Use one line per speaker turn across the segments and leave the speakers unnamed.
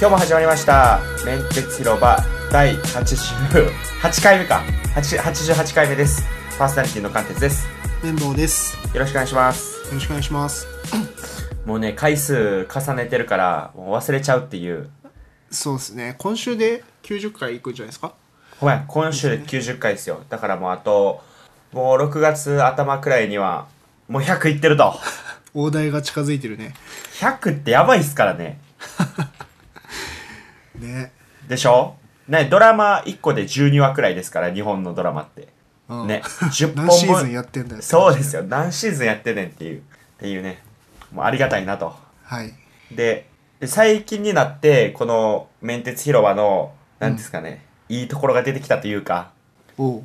今日も始まりました「連結広場」第88回目か8 88回目ですパーソナリティの関徹です
綿棒です。よ
よろしくお願いします
ろしくお願いします。
もうね回数重ねてるからもう忘れちゃうっていう
そうですね。今週で90回いくんじゃないですか。
ごめん今週で90回ですよだからもうあともう6月頭くらいにはもう100いってると
大台が近づいてるね。
100ってやばいっすからね
ね。
でしょねドラマ1個で12話くらいですから日本のドラマって
うん
ね10本
何シーズン
分
やってんだよ。
そうですよ。何シーズンやってんねんっていう。っていうね。もうありがたいなと。
はい。
で、で最近になって、この、面鉄広場の、なんですかね、いいところが出てきたというか、
おう。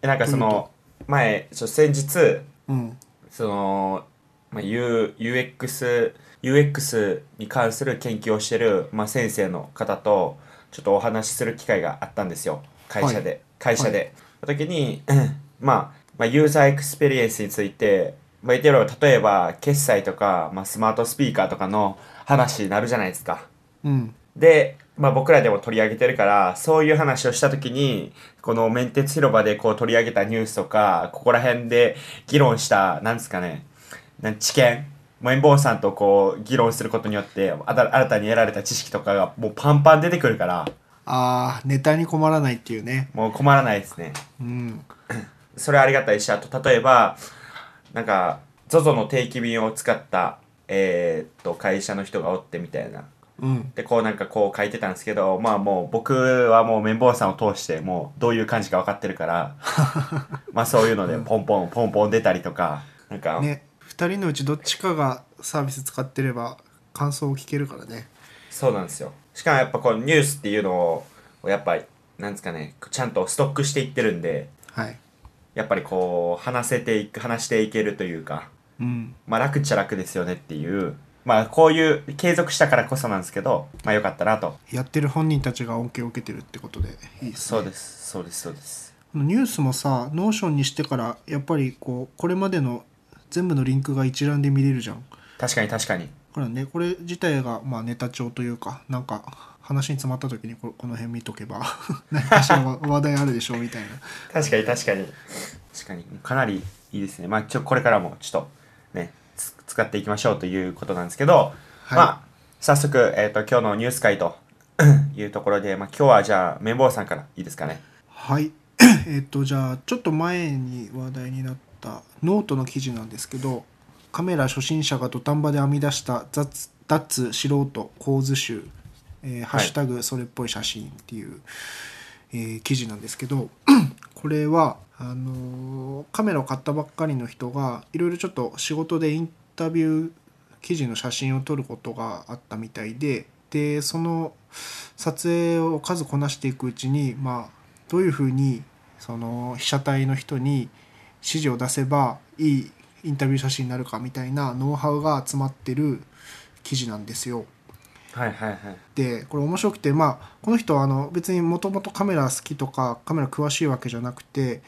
えなんかその、前、ちょ先日、
うん。
その、まあ、U、UX、UX に関する研究をしてる、まあ、先生の方と、ちょっとお話しする機会があったんですよ。会社で。会社で。その時に、 まあ、まあ、ユーザーエクスペリエンスについて、まあ、言ってみれば、例えば、決済とか、まあ、スマートスピーカーとかの話になるじゃないですか。
うん。
で、まあ、僕らでも取り上げてるからそういう話をした時にこのメンテツ広場でこう取り上げたニュースとかここら辺で議論したなんですかねなん知見綿棒さんとこう議論することによってあた新たに得られた知識とかがもうパンパン出てくるから
あー、ネタに困らないっていうね。
もう困らないですね。
うん。
それはありがたいしあと例えばなんか ZOZO の定期便を使った、えーっと会社の人がおってみたいな
うん。
でこうなんかこう書いてたんですけどまあもう僕はもう綿棒さんを通してもうどういう感じか分かってるから まあそういうのでポンポンポンポン出たりとかなんか、
ね。二人のうちどっちかがサービス使ってれば感想を聞けるからね。
そうなんですよしかもやっぱこのニュースっていうのをやっぱなんですかねちゃんとストックしていってるんで
はい。
やっぱりこう話せていく話していけるというか
うん。
まあ楽っちゃ楽ですよねっていうまあこういう継続したからこそなんですけどまあよかったなと
やってる本人たちが恩恵を受けてるってことでいいです
そ
ね。
うですそうですそうです
ニュースもさノーションにしてからやっぱりこうこれまでの全部のリンクが一覧で見れるじゃんだ
確かに確かに
からねこれ自体がまあネタ帳というかなんか話に詰まった時にここの辺見とけば 何かしら話 話題あるでしょうみたいな
確かに確かに確かにかなりいいですねまあちょこれからもちょっとねつ使っていきましょうということなんですけど、
はい
まあ早速、えー、と今日のニュース会と いうところで、まあ、今日はじゃあ綿棒さんからいいですかね
はい えっとじゃあちょっと前に話題になったノートの記事なんですけどカメラ初心者が土壇場で編み出した雑「脱素人構図集」えーハッシュタグそれっぽい写真」っていう、えー記事なんですけど これはあのーカメラを買ったばっかりの人がいろいろちょっと仕事でインタビュー記事の写真を撮ることがあったみたいででその撮影を数こなしていくうちに、まあ、どういうふうにその被写体の人に指示を出せばいいインタビュー写真になるかみたいなノウハウが詰まってる記事なんですよ。
はいはいはい
でこれ面白くてまあこの人はあの別にもともとカメラ好きとかカメラ詳しいわけじゃなくて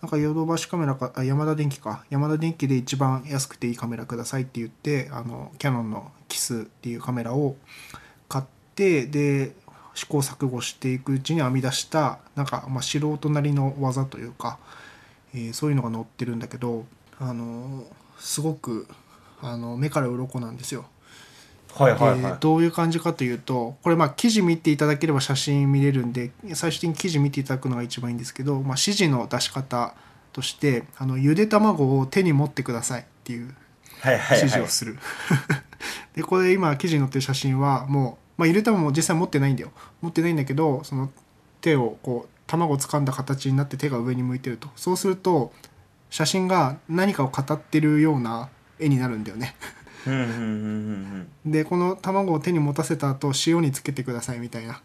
なんかヨドバシカメラかあ山田電機か山田電機で一番安くていいカメラくださいって言ってあのキヤノンのキスっていうカメラを買ってで試行錯誤していくうちに編み出したなんかまあ素人なりの技というか、えーそういうのが載ってるんだけどあのすごくあの目から鱗なんですよ。
はい
で
はいはい
どういう感じかというとこれまあ記事見ていただければ写真見れるんで最終的に記事見ていただくのが一番いいんですけど、まあ、指示の出し方としてあのゆで卵を手に持ってくださいっていう
はいはい
指
はい
示をする、 でこれ今記事に載ってる写真はもう、まあ、ゆで卵も実際持ってないんだよ持ってないんだけどその手をこう卵を掴んだ形になって手が上に向いてるとそうすると写真が何かを語ってるような絵になるんだよね
うんうんうんうん
でこの卵を手に持たせた後塩につけてくださいみたいな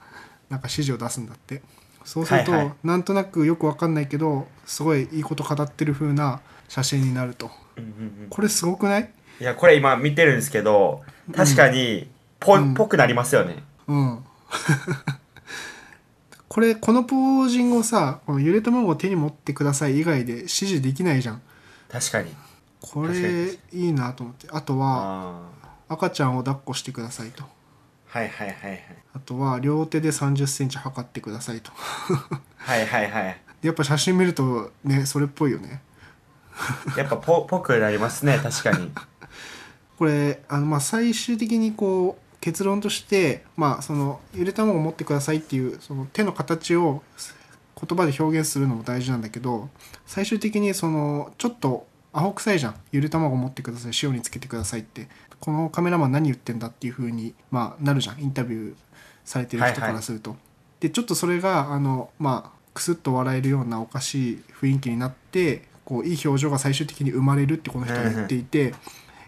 なんか指示を出すんだってそうすると、
はいはい
なんとなくよくわかんないけどすごいいいこと語ってる風な写真になると
うんうんうんうん
これすごくない
いやこれ今見てるんですけど確かにぽ,、
うん
ぽくなりますよね
うん これこのポージングをさこのゆで卵を手に持ってください以外で指示できないじゃん
確かに
こ
確かに
れいいなと思ってあとは
あ
赤ちゃんを抱っこしてくださいと
あはいはいはいはい
あとは両手で3 0センチ測ってくださいと
はいはいはい
やっぱ写真見るとねそれっぽいよね
やっぱぽぽくなりますね確かに
これあのまあ最終的にこう結論として、まあ、そのゆで卵を持ってくださいっていうその手の形を言葉で表現するのも大事なんだけど最終的にそのちょっとアホ臭いじゃんゆで卵を持ってください塩につけてくださいってこのカメラマン何言ってんだっていう風にまあなるじゃんインタビューされてる人からすると。でちょっとそれがあのまあクスッと笑えるようなおかしい雰囲気になってこういい表情が最終的に生まれるってこの人が言っていて。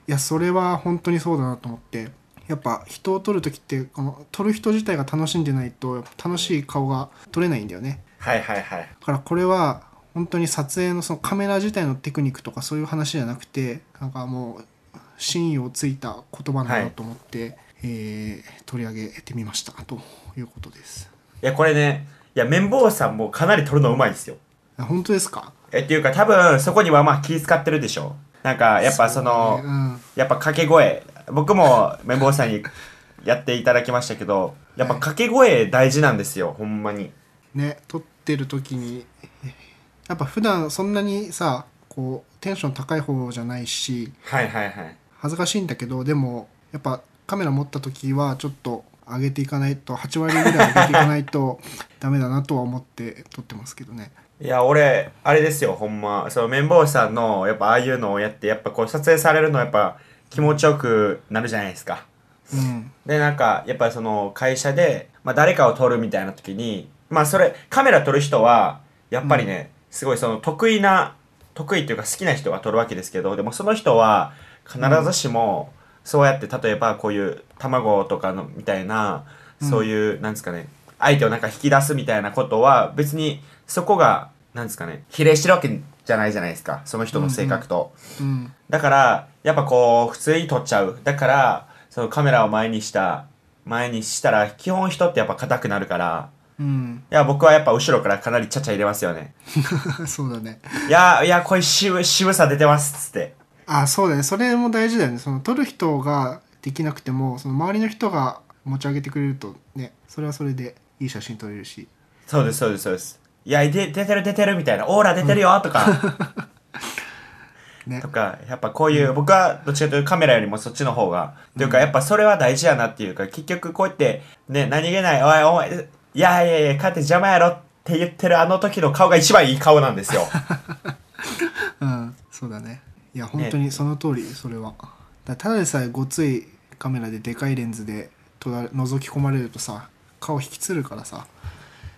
いやそれは本当にそうだなと思ってやっぱ人を撮る時ってこの撮る人自体が楽しんでないと楽しい顔が撮れないんだよね
はいはいはい
だからこれは本当に撮影のそのカメラ自体のテクニックとかそういう話じゃなくてなんかもう真意をついた言葉なんだと思って、えー取り上げてみましたということです
いやこれねいや綿棒さんもかなり取るのうまいんですよ
あ本当ですか
えっていうか多分そこにはまあ気使ってるでしょなんかやっぱその
うねうん
やっぱ掛け声僕も綿棒さんにやっていただきましたけどやっぱ掛け声大事なんですよほんまに
ね撮ってる時にやっぱ普段そんなにさこうテンション高い方じゃないし
はいはいはい
恥ずかしいんだけどでもやっぱカメラ持った時はちょっと上げていかないと8割ぐらい上げていかないと ダメだなとは思って撮ってますけどね
いや俺あれですよほんまその綿棒さんのやっぱああいうのをやってやっぱこう撮影されるのはやっぱ気持ちよくなるじゃないですか
うん
でなんかやっぱりその会社で、まあ、誰かを撮るみたいな時にまあそれカメラ撮る人はやっぱりね、すごいその得意な得意というか好きな人が撮るわけですけどでもその人は必ずしもそうやって例えばこういう卵とかのみたいな
うん
そういう、なんですかね相手をなんか引き出すみたいなことは別にそこがなんですかね比例してるわけじゃないじゃないですかその人の性格と。
うん
だから、やっぱこう、普通に撮っちゃう。だから、そのカメラを前にした、前にしたら、基本人ってやっぱ硬くなるから、
うん、
いや、僕はやっぱ後ろからかなりちゃちゃ入れますよね。
そうだね
いや、いや、これ渋、渋さ出てます、っつって。
あそうだねそれも大事だよねその撮る人ができなくてもその周りの人が持ち上げてくれるとねそれはそれでいい写真撮れるし
そうです、そうです、そうです。いや、で出てる、出てる、みたいな、オーラ出てるよ、とか、
ね
とか、やっぱこういう、僕はどっちかというとカメラよりもそっちの方が、というか、やっぱそれは大事やなっていうか、結局こうやって、ね、何気ない、おい、お前、いやいやいや、勝て邪魔やろって言ってるあの時の顔が一番いい顔なん ですよ。
うん、そうだねいや本当にその通りそれはだただでさえごついカメラででかいレンズでとら覗き込まれるとさ顔引きつるからさ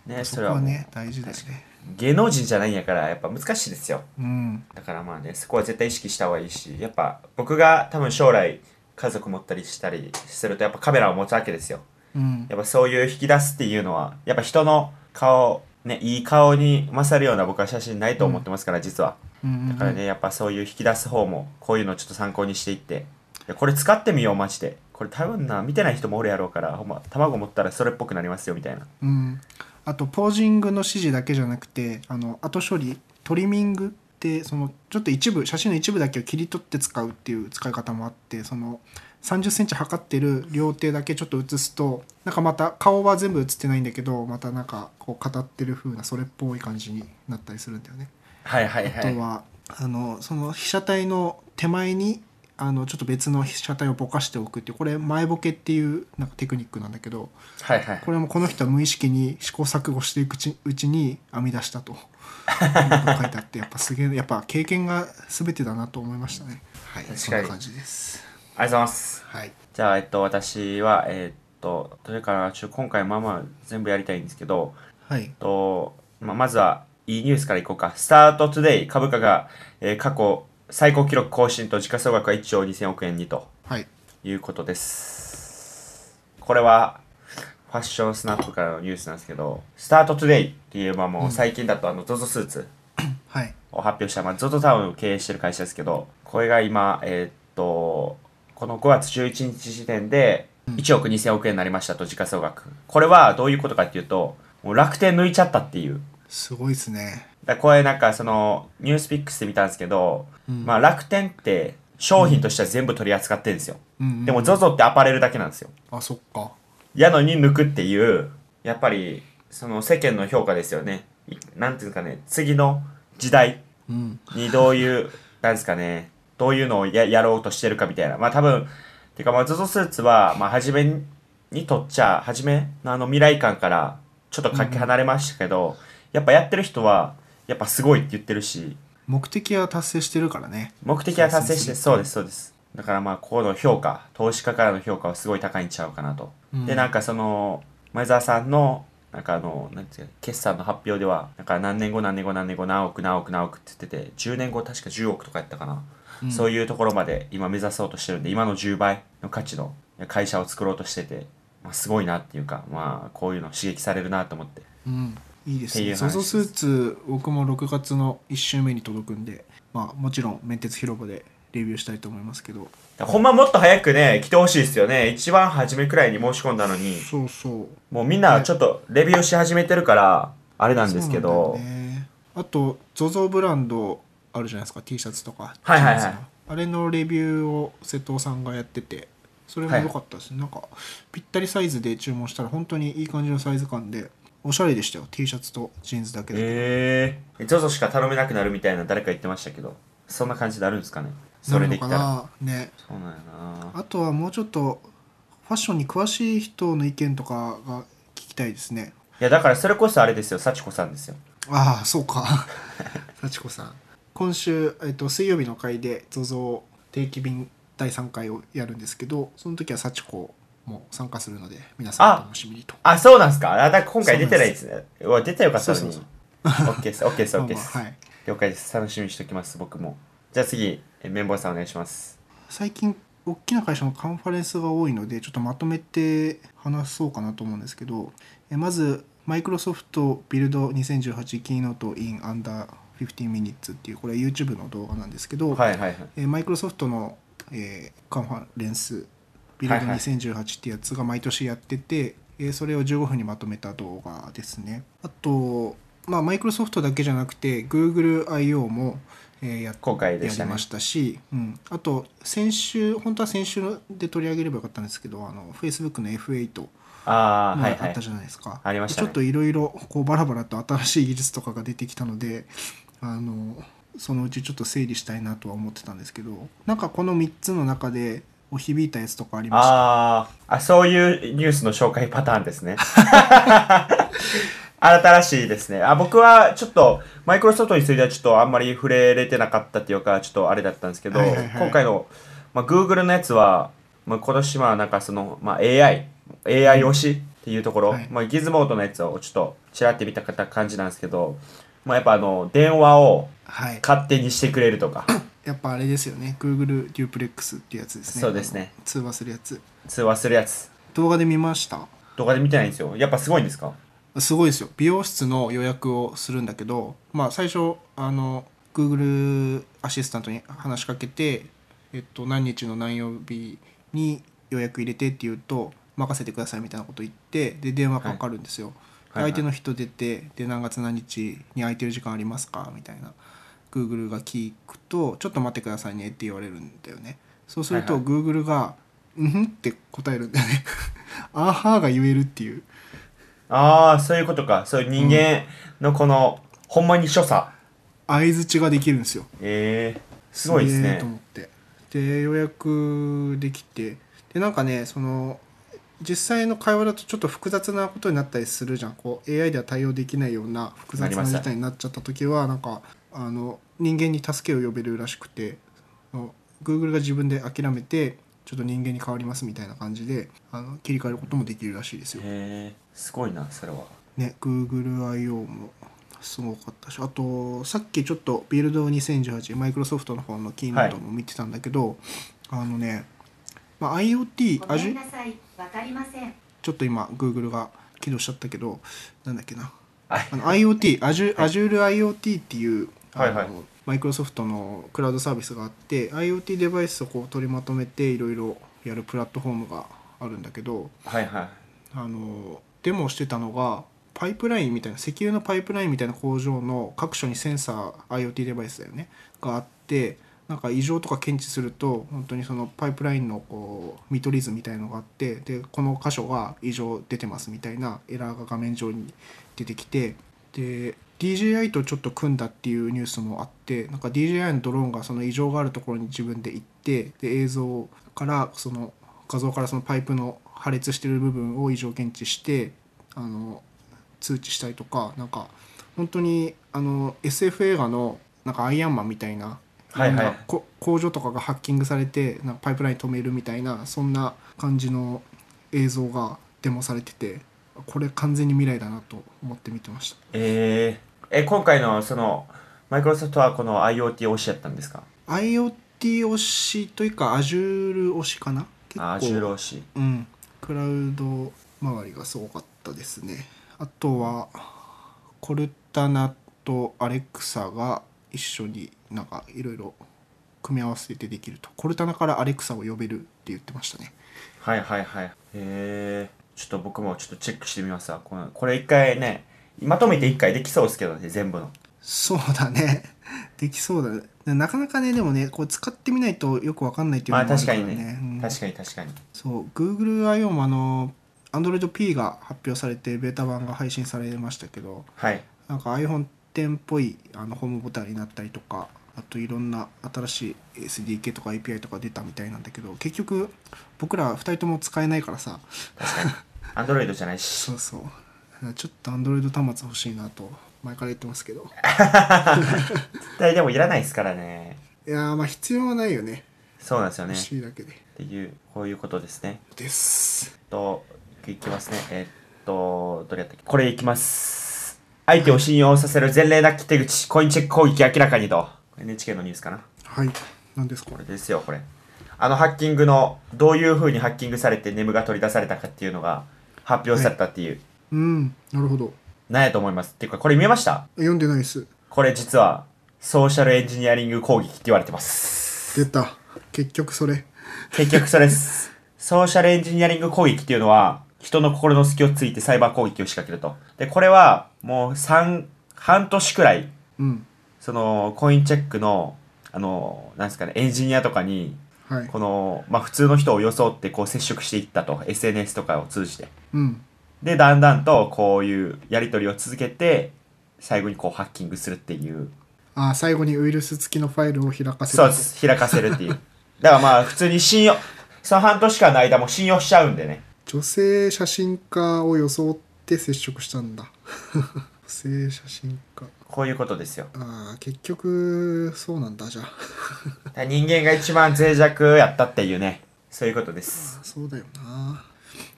ね、
そ
そ
こ
れは
は
もう
ね大事だよね
芸能人じゃないんやからやっぱ難しいですよ
うん
だからまあねそこは絶対意識した方がいいしやっぱ僕が多分将来家族持ったりしたりするとやっぱカメラを持つわけですよ
うん
やっぱそういう引き出すっていうのはやっぱ人の顔ねいい顔に勝るような僕は写真ないと思ってますから、実は
うん
だからねやっぱそういう引き出す方もこういうのをちょっと参考にしていっていやこれ使ってみようマジでこれ多分な見てない人もおるやろうからほんま卵持ったらそれっぽくなりますよみたいな
うんあとポージングの指示だけじゃなくてあの後処理トリミングってそのちょっと一部写真の一部だけを切り取って使うっていう使い方もあってその3 0センチ測ってる両手だけちょっと写すとなんかまた顔は全部写ってないんだけどまたなんかこう語ってる風なそれっぽい感じになったりするんだよね。
はいはいは
あ
い
とはあのその被写体の手前にあのちょっと別の被写体をぼかしておくっていうこれ前ボケっていうなんかテクニックなんだけど
はいはい
これもこの人は無意識に試行錯誤していくうちうちに編み出したということ書いてあってやっぱすげえやっぱ経験が全てだなと思いましたねはい
かに
そんな感じです
ありがとうございます
はい
じゃあ、えっと、私は、えっと、どれかな、ちょ、今回まあまあ全部やりたいんですけど、
はい
えっと、まあ、まずは、いいニュースからいこうか。スタートトゥデイ、株価が、えー過去最高記録更新と時価総額が1兆2000億円にと
はい
いうことです。これは、ファッションスナップからのニュースなんですけど、スタートトゥデイっていう、まあもう最近だとあの、ZOZO スーツ
はい
を発表した、まあ、ゾゾタウンを経営してる会社ですけど、これが今、えーっと、この5月11日時点で、1億2000億円になりましたと、時価総額。これはどういうことかっていうと、もう楽天抜いちゃったっていう。
すごいですね
だからこれなんかその、ニュースピックスで見たんですけど、まあ楽天って商品としては全部取り扱ってるんですよ。
うんうん
でも ZOZO ってアパレルだけなんですよ。
あそっか
やのに抜くっていうやっぱりその世間の評価ですよねいなんていうんですかね次の時代
うん
にどういう、なんですかね、どういうのをややろうとしてるかみたいな。まあ多分、てかまあゾゾスーツは、まあ初めにとっちゃ、初めのあの未来感からちょっとかけ離れましたけど、やっぱやってる人は、やっぱすごいって言ってるし、
目的は達成してるからね
目的は達成して、
そ
そうう
で
です、そうです。だからまあここの評価、投資家からの評価はすごい高いんちゃうかなと。
うん
で、なんかその、前澤さんの、なんかあの、なんていうか、決算の発表では、なんか何年後何年後何年後何億何億何億って言ってて、10年後確か10億とかやったかな。そういうところまで今目指そうとしてるんで、今の10倍の価値の会社を作ろうとしてて、まあ、すごいなっていうか、まあ、こういうの刺激されるなと思って。
うん、いいです
ってい
ね
う
ソ
話
ゾスーツ僕も6月の1週目に届くんで、まあ、もちろん面鉄広場でレビューしたいと思いますけど
だからほんまもっと早くね、来てほしいですよね。一番初めくらいに申し込んだのに、
そうそう
もうみんなちょっとレビューし始めてるから、あれなんですけど
そうなん、だよね、あと ZOZO ブランドあるじゃないですか T シャツとか
はいはいはい
ジーンズのあれのレビューを瀬戸さんがやっててそれも良かったですね、なんかぴったりサイズで注文したら本当にいい感じのサイズ感でおしゃれでしたよ T シャツとジーンズだけで、
ええー、ゾゾしか頼めなくなるみたいな誰か言ってましたけど、そんな感じになるんですかね。それできた
な
ら。
のかなね
そうなんやな。
あとはもうちょっとファッションに詳しい人の意見とかが聞きたいですね
いや、だからそれこそあれですよ、幸子さんですよ。
ああそう か幸子さん今週、えっと、水曜日の回で ZOZO 定期便第3回をやるんですけどその時は幸子も参加するので皆さん
あ
お楽しみにと
あ、そうなんすかあ、だから今回出てないですね。うわ、出てよかったの
そう
に。
そう
OK です、OK です、OK
まあ
で
まあ
す。
はい、
了解です。楽しみにしておきます、僕も。じゃあ次、え綿棒さんお願いします。
最近大きな会社のカンファレンスが多いのでちょっとまとめて話そうかなと思うんですけどえまずマイクロソフトビルド2018キーノート in under 15 minutes っていうこれは YouTube の動画なんですけど、
はいはいはい。
えーマイクロソフトの、えーカンファレンスビルド
はいはい
2018ってやつが毎年やってて、えーそれを15分にまとめた動画ですねあとまあマイクロソフトだけじゃなくて GoogleIO も、えーやっ
今回で
や
し
り
たね
ま。したし、うん、あと先週本当は先週で取り上げればよかったんですけどあの Facebook の F8
ああ、
ま
は
あ
いは
あっ
い
た。じゃないですか。
ありました
ち
ね
ょっといろいろこうバラバラと新しい技術とかが出てきたので、あのそのうちちょっと整理したいなとは思ってたんですけど、なんかこの3つの中でお響いたやつとかありました。
あーあ、そういうニュースの紹介パターン ですね。新しいですね。あ、僕はちょっと、マイクロソフトについてはちょっとあんまり触れれてなかったっていうか、ちょっとあれだったんですけど、
はいはいはい
今回の、まあ、Google のやつは、まあ、今年はなんかその、まあ、AI、AI 推しっていうところ、
はい
まあ、ギズモードのやつをちょっとちらって見たかった感じなんですけど、まあ、やっぱあの、電話を
はい。
勝手にしてくれると か、
やっぱあれですよね。Google Duplex っていうやつですね。
そうですね
あの通話するやつ。
通話するやつ、
動画で見ました。
動画で見てないんですよ。やっぱすごいんですか
すごいですよ美容室の予約をするんだけど、まあ、最初あの Google アシスタントに話しかけて、えっと、何日の何曜日に予約入れてって言うと任せてくださいみたいなこと言ってで電話かかるんですよ、で
はいはい
相手の人出てで何月何日に空いてる時間ありますかみたいな Google が聞くと「ちょっと待ってくださいね」って言われるんだよねそうすると
はい
Google が「うんふん」って答えるんだよね 「あーはー」が言えるっていう
ああそういうことかそういう人間のこの、ほんまに所作
相づちができるんですよ
ええすごいです
げえ
ね
と思ってで予約できてでなんかねその実際の会話だとちょっと複雑なことになったりするじゃんこう AI では対応できないような複雑
なり
な
ます
事態になっちゃった時はなんかあの人間に助けを呼べるらしくてその Google が自分で諦めてちょっと人間に変わりますみたいな感じであの切り替えることもできるらしいですよ。
へえすごいなそれは
ね GoogleIO もすごかったしあとさっきちょっとビルド2018マイクロソフトの方のキーノートも見てたんだけど、あのね、まあ、IoT
ごめん
Azure
なさい、わかりません。
ちょっと今 Google が起動しちゃったけどなんだっけな
はい
あの IoT Azure, Azure IoT っていう
はいはい
マイクロソフトのクラウドサービスがあって IoT デバイスをこう取りまとめていろいろやるプラットフォームがあるんだけど
はいはい
あのデモをしてたのがパイプラインみたいな石油のパイプラインみたいな工場の各所にセンサー IoT デバイスだよねがあってなんか異常とか検知すると本当にそのパイプラインのこう見取り図みたいのがあってでこの箇所が異常出てますみたいなエラーが画面上に出てきてで DJI とちょっと組んだっていうニュースもあってなんか DJI のドローンがその異常があるところに自分で行ってで映像からその画像からそのパイプの破裂してる部分を異常検知してあの通知したりとかなんか本当にあの SF 映画のなんかアイアンマンみたいな
はいはい
ろんなこ工場とかがハッキングされてなんかパイプライン止めるみたいなそんな感じの映像がデモされててこれ完全に未来だなと思って見てました。
えー、え今回のそのマイクロソフトはこの IoT 推しやったんですか
IoT 推しというか Azure 推しかな結構
あ重労使
うん、クラウド周りがすごかったですねあとはコルタナとアレクサが一緒になんかいろいろ組み合わせてできるとコルタナからアレクサを呼べるって言ってましたね
はいはいはいへえちょっと僕もちょっとチェックしてみますわこのこれ一回ねまとめて一回できそうですけどね全部の
そうだね できそうだねでなかなかねでもねこう使ってみないとよくわかんないっていうのもあるからね,、
まあ確かに
うん
確かに確かに
そう GoogleIO もあの Android P が発表されてベータ版が配信されましたけど、
はい
なんか iPhone X っぽいあのホームボタンになったりとかあといろんな新しい SDK とか API とか出たみたいなんだけど結局僕ら2人とも使えないからさ
アンドロイドじゃないし
そうそうちょっと Android 端末欲しいなと前から言ってますけど
絶対でもいらないですからね
いやーまあ必要はないよね
そうなんですよね
欲
っ
しいだけで
ていうこういうことですね
です
といきますねえっとどれやったっけこれいきます相手を信用させる前例なき手口コインチェック攻撃明らかにと NHK のニュースかな
はい何ですか
これですよこれあのハッキングのどういう風にハッキングされてネムが取り出されたかっていうのが発表されたっていう、
うんなるほど
なんやと思いますっていうかこれ見えました
読んでないっす
これ実はソーシャルエンジニアリング攻撃って言われてます
出た結局それ
結局それですソーシャルエンジニアリング攻撃っていうのは人の心の隙をついてサイバー攻撃を仕掛けるとでこれはもう3半年くらい
うん
そのコインチェックのあのなんですかねエンジニアとかに
はい
この、まあ、普通の人を装ってこう接触していったと SNS とかを通じて
うん
でだんだんとこういうやり取りを続けて最後にこうハッキングするっていう
あー最後にウイルス付きのファイルを開かせ
そう
る
です開かせるっていうだからまあ普通に信用その半年間の間も信用しちゃうんでね
女性写真家を装って接触したんだ 女性写真家
こういうことですよ
あー結局そうなんだじゃあ
だから人間が一番脆弱やったっていうねそういうことです
そうだよな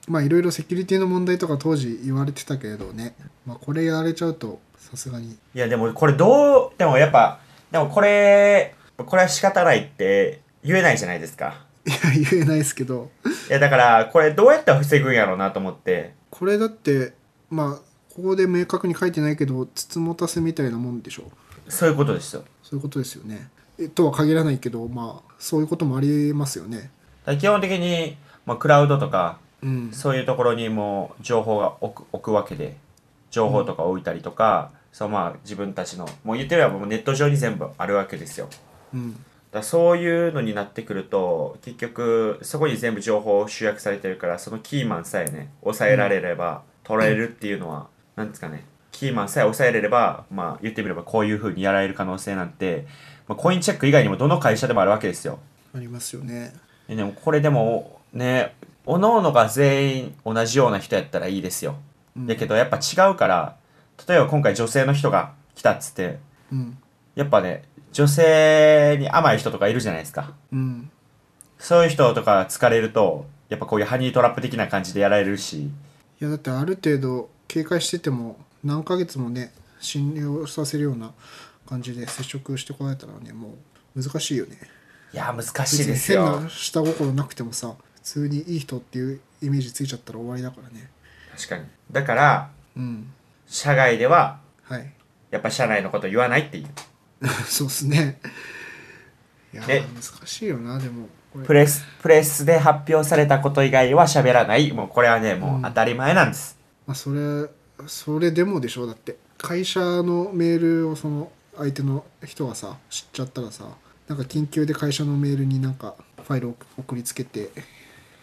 まあいろいろセキュリティの問題とか当時言われてたけれどね、まあ、これやられちゃうとさすがに
いやでもこれどうでもやっぱでもこれこれは仕方ないって言えないじゃないですか
いや言えないですけど
いやだからこれどうやったら防ぐんやろうなと思って
これだってまあここで明確に書いてないけどつつもたせみたいなもんでしょ
そういうことですよ
そういうことですよねえとは限らないけどまあそういうこともありますよね
だから基本的に、まあ、クラウドとか
うん
そういうところにもう情報が置く置くわけで情報とか置いたりとか、そうまあ自分たちのもう言ってみればもうネット上に全部あるわけですよだか
うん
らそういうのになってくると結局そこに全部情報を集約されてるからそのキーマンさえね抑えられれば取られるっていうのは何ですかねキーマンさえ抑えれればまあ言ってみればこういうふうにやられる可能性なんて、まあ、コインチェック以外にもどの会社でもあるわけですよ
ありますよね
えでもこれでもねおのおのが全員同じような人やったらいいですよ、
うん
やけどやっぱ違うから例えば今回女性の人が来たっつって
うん
やっぱね女性に甘い人とかいるじゃないですか
うん
そういう人とか疲れるとやっぱこういうハニートラップ的な感じでやられるし
いやだってある程度警戒してても何ヶ月もね診療させるような感じで接触してこられたらねもう難しいよね
いや難しいです
変
よ
な下心なくてもさ普通にいい人っていうイメージついちゃったら終わりだからね
確かにだから
うん
社外では
はい
やっぱ社内のこと言わないっていう
そうっすねいやー
で
難しいよなでもこ
プ
れ
レスプレスで発表されたこと以外は喋らないもうこれはねもう当たり前なんです、
まあそれそれでもでしょだって会社のメールをその相手の人がさ知っちゃったらさなんか緊急で会社のメールになんかファイルを送りつけて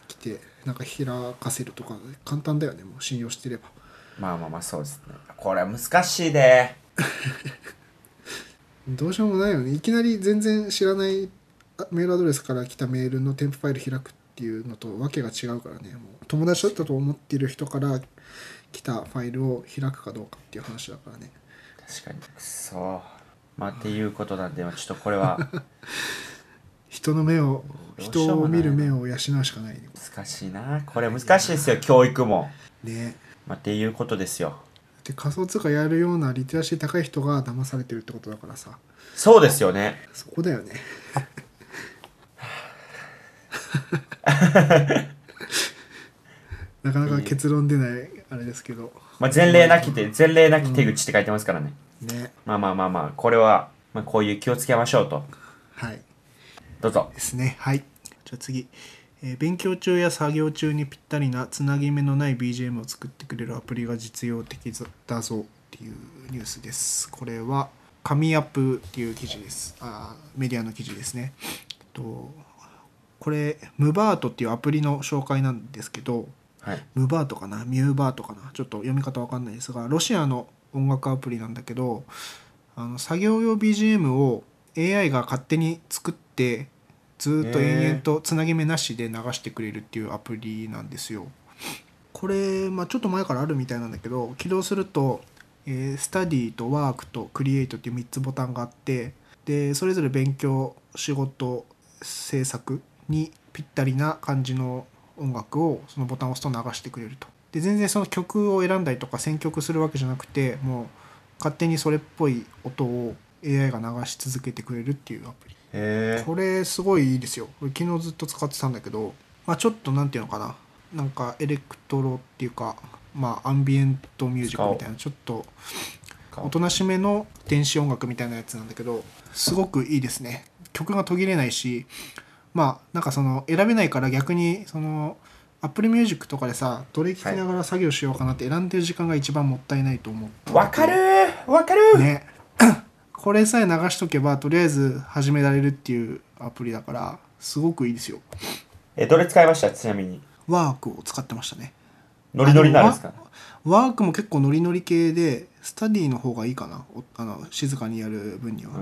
きてなんか開かせるとか簡単だよねもう信用してれば
まあまあまあそうですねこれは難しいね
どうしようもないよねいきなり全然知らないあメールアドレスから来たメールの添付ファイル開くっていうのとわけが違うからねもう友達だったと思っている人から来たファイルを開くかどうかっていう話だからね
確かにくそまあっていうことなんでちょっとこれは
人の目を
どうしよ
人
うも
を
ない
見る目を養うしかないね
難しいなこれ難しいですよ教育も、
ね
まあ、っていうことですよ
で仮想通貨やるようなリテラシー高い人が騙されてるってことだからさ
そうですよね
そこだよ ねなかなか結論出ないあれですけど
まあ、前例なき手前例なき手口って書いてますからね、
ね
まあまあまあまあこれは、まあ、こういう気をつけましょうと
はい
どうぞ
ですねはいじゃあ次、えー勉強中や作業中にぴったりなつなぎ目のない BGM を作ってくれるアプリが実用的だぞっていうニュースですこれは神アップっていう記事ですあーメディアの記事ですねえっとこれムバートっていうアプリの紹介なんですけど
はい
ムバートかなミューバートかなちょっと読み方わかんないですがロシアの音楽アプリなんだけどあの作業用 BGM を AI が勝手に作ってずーっと延々とつなぎ目なしで流してくれるっていうアプリなんですよ。これ、まあ、ちょっと前からあるみたいなんだけど起動すると、えー、スタディとワークとクリエイトっていう3つボタンがあってでそれぞれ勉強仕事制作にぴったりな感じの音楽をそのボタンを押すと流してくれると。で全然その曲を選んだりとか選曲するわけじゃなくてもう勝手にそれっぽい音を AI が流し続けてくれるっていうアプリ
へえ
これすごいいいですよこれ昨日ずっと使ってたんだけど、まあ、ちょっとなんていうのかななんかエレクトロっていうかまあアンビエントミュージックみたいなちょっとおとなしめの電子音楽みたいなやつなんだけどすごくいいですね曲が途切れないしまあなんかその選べないから逆にその Apple Music とかでさどれ聴きながら作業しようかなって選んでる時間が一番もったいないと思って
わかるーわかるー、
ね これさえ流しとけばとりあえず始められるっていうアプリだからすごくいいですよ
えどれ使いましたちなみに
ワークを使ってましたね
ノリノリなんですか
ワークも結構ノリノリ系でスタディの方がいいかなおあの静かにやる分には、
うー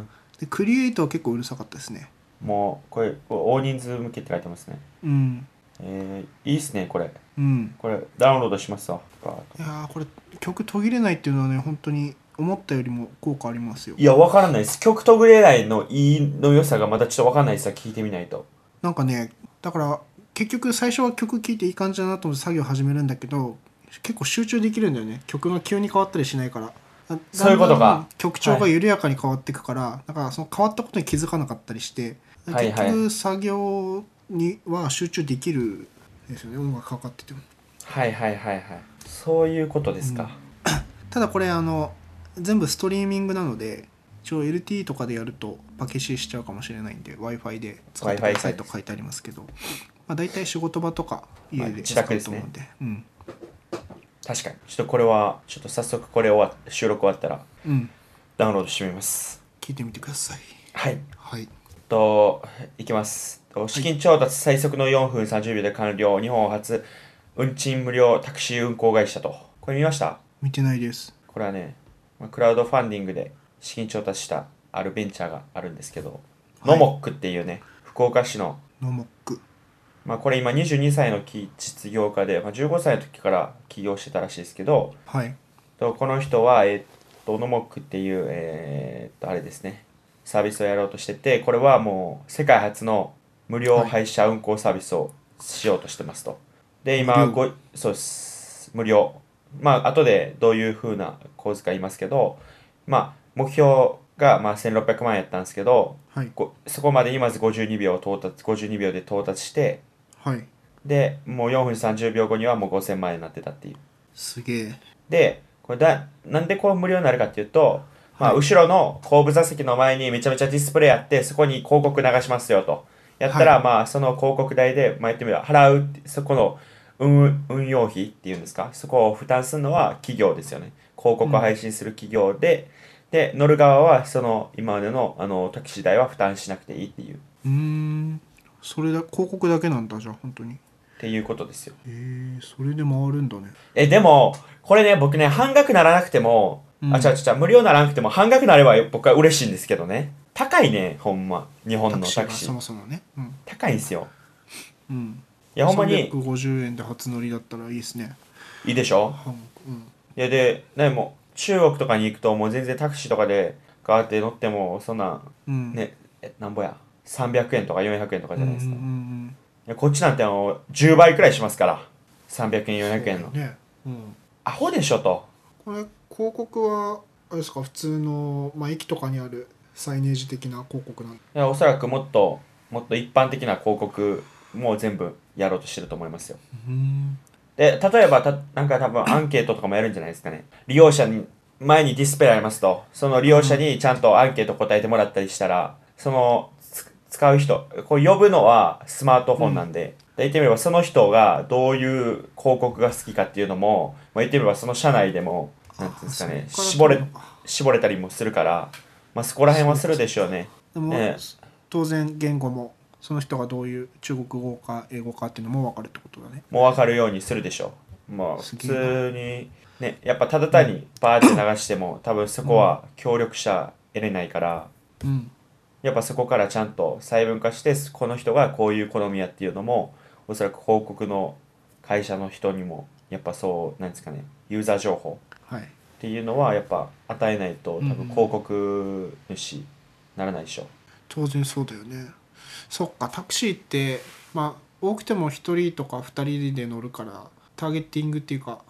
ん
でクリエイトは結構うるさかったですね
もうこれ大人数向けって書いてますね
うん
えー、いいっすねこれ
うん
これダウンロードしますわバーッと
いやーこれ曲途切れないっていうのはね本当に思ったよりも効果ありますよ
いやわからないです曲とぐれないのいいの良さがまたちょっとわかんないですわ聞いてみないと
なんかねだから結局最初は曲聴いていい感じだなと思って作業始めるんだけど結構集中できるんだよね曲が急に変わったりしないからあ
そういうことか
だんだん曲調が緩やかに変わっていくから、だからその変わったことに気づかなかったりして
はい
結
はい
局作業には集中できるんですよね音楽かかってても
はいはいはいはいそういうことですか、
ただこれあの全部ストリーミングなので一応 LTE とかでやるとパケシしちゃうかもしれないんで w i f i で使ってくださいと書いてありますけど、まあ、大体仕事場とか家
まあ
で
自
使
宅で
う
す
と
ね
思うんで,、うん
確かにちょっとこれはちょっと早速これ終わ収録終わったら
うん、
ダウンロードしてみます
聞いてみてください
はい
はい
といきますと資金調達最速の4分30秒で完了日本初運賃無料タクシー運行会社とこれ見ました
見てないです
これはねまあクラウドファンディングで資金調達したあるベンチャーがあるんですけど、ノモックっていうね福岡市の
ノモック
まあこれ今22歳のき実業家で、まあ、15歳の時から起業してたらしいですけど
はい
とこの人は、えーっと、ノモックっていう、えーっと、あれですね、サービスをやろうとしてて、これはもう世界初の無料配車運行サービスをしようとしてますと。で、今、
無料
ごそうです、無料。まあ、後でどういうふうな構図か言いますけど、まあ、目標が、まあ、1600万円やったんですけど、
はい
ごそこまでにまず52秒到達、52秒で到達して、
はい
で、もう4分30秒後にはもう5000万円になってたっていう。
すげえ
でこれだなんでこう無料になるかっていうと、まあ、
はい
後ろの後部座席の前にめちゃめちゃディスプレイあってそこに広告流しますよとやったら、
はい
まあその広告代で、まあ、言ってみれば払うってそこの運運用費っていうんですかそこを負担するのは企業ですよね広告を配信する企業で、で乗る側はその今までのあのタクシー代は負担しなくていいっていうっ
うーんそれだ広告だけなんだじゃあ本当に
ていうことですよ
えー、それで回るんだね
えでもこれね僕ね半額ならなくても、
うん
あ違う違う違う無料ならなくても半額なれば僕は嬉しいんですけどね高いねほんま日本の
タクシー
タ
が
クシ
そ
ー
もそもねうん、
高いんですよ
うん、
いやほんまに
350円で初乗りだったらいいですね
いいでしょ
半額うん
いやで何もう中国とかに行くともう全然タクシーとかでガーって乗ってもそんな
うん
ねえなんぼや300円とか400円とかじゃないですか、
うんうんうん
いやこっちなんてあの10倍くらいしますから300円400円の、
そうだよね、うん、
アホでしょと
これ広告はあれですか普通の、まあ、駅とかにあるサイネージ的な広告なん
いやおそらくもっともっと一般的な広告もう全部やろうとしてると思いますよ
うん
で例えばたなんか多分アンケートとかもやるんじゃないですかね利用者に前にディスプレイありますとその利用者にちゃんとアンケート答えてもらったりしたらそのつ使う人こう呼ぶのはスマートフォンなんで、で言ってみればその人がどういう広告が好きかっていうのも、まあ、言ってみればその社内でもなんていうんですかね
あそっか
絞れ
ら来るのか
絞れたりもするから、まあ、そこら辺はするでしょうね
でも、
ええ
当然言語もその人がどういう中国語か英語かっていうのも分かるってことだね
もう分かるようにするでしょうまあ
す
普
げえな
通にねやっぱただ単にバーって流して も多分そこは協力者得れないから
うん
やっぱそこからちゃんと細分化してこの人がこういう好みやっていうのもおそらく広告の会社の人にもやっぱそうなんですかねユーザー情報
はい
っていうのはやっぱ与えないと多分
うん
広告主にならないでしょう、
当然そうだよねそっかタクシーってまあ多くても1人とか2人で乗るからターゲッティングっていうか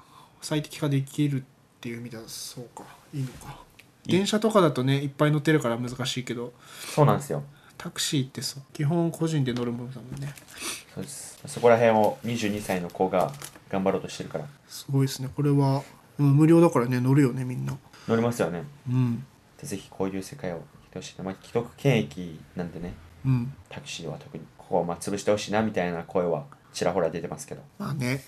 最適化できるっていう意味だそうかいいのか
いい
電車とかだとねいっぱい乗ってるから難しいけど
そうなんですよ
タクシーってそう基本個人で乗るものだもんね
そうですそこら辺を22歳の子が頑張ろうとしてるから
すごいですねこれは、うん、無料だからね乗るよねみんな
乗りますよね
うん
ぜひこういう世界を来てほしいな、まあ、既得権益なんでね
うん
タクシーは特にここをまあ潰してほしいなみたいな声はちらほら出てますけどっ
まあね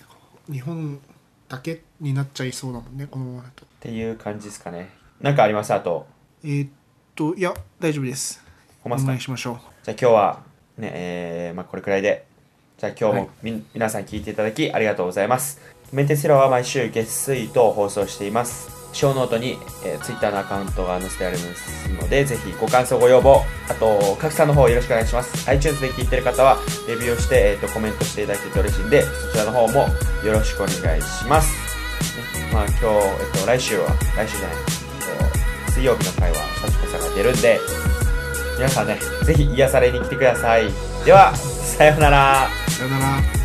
日本だけになっちゃいそうだもんねこのままだと
ていう感じですかねなんかありますあと
えーっといや大丈夫です
ほ
お
んまっすか
願い
じゃ
しましょう
あ今日はねえーまあこれくらいでじゃあ今日
は
も
い
みん、皆さん聞いていただきありがとうございますメンテスロは毎週月水と放送していますショーノートに、えー、Twitter のアカウントが載せてありますのでぜひご感想ご要望あと拡散の方よろしくお願いします iTunes で聞いてる方はレビューをして、えー、とコメントしていただけると嬉しいんでそちらの方もよろしくお願いします、ねまあ今日、えっと来週は来週じゃない、えっと、水曜日の回は幸子さんが出るんで皆さんねぜひ癒されに来てくださいではさようなら
さよなら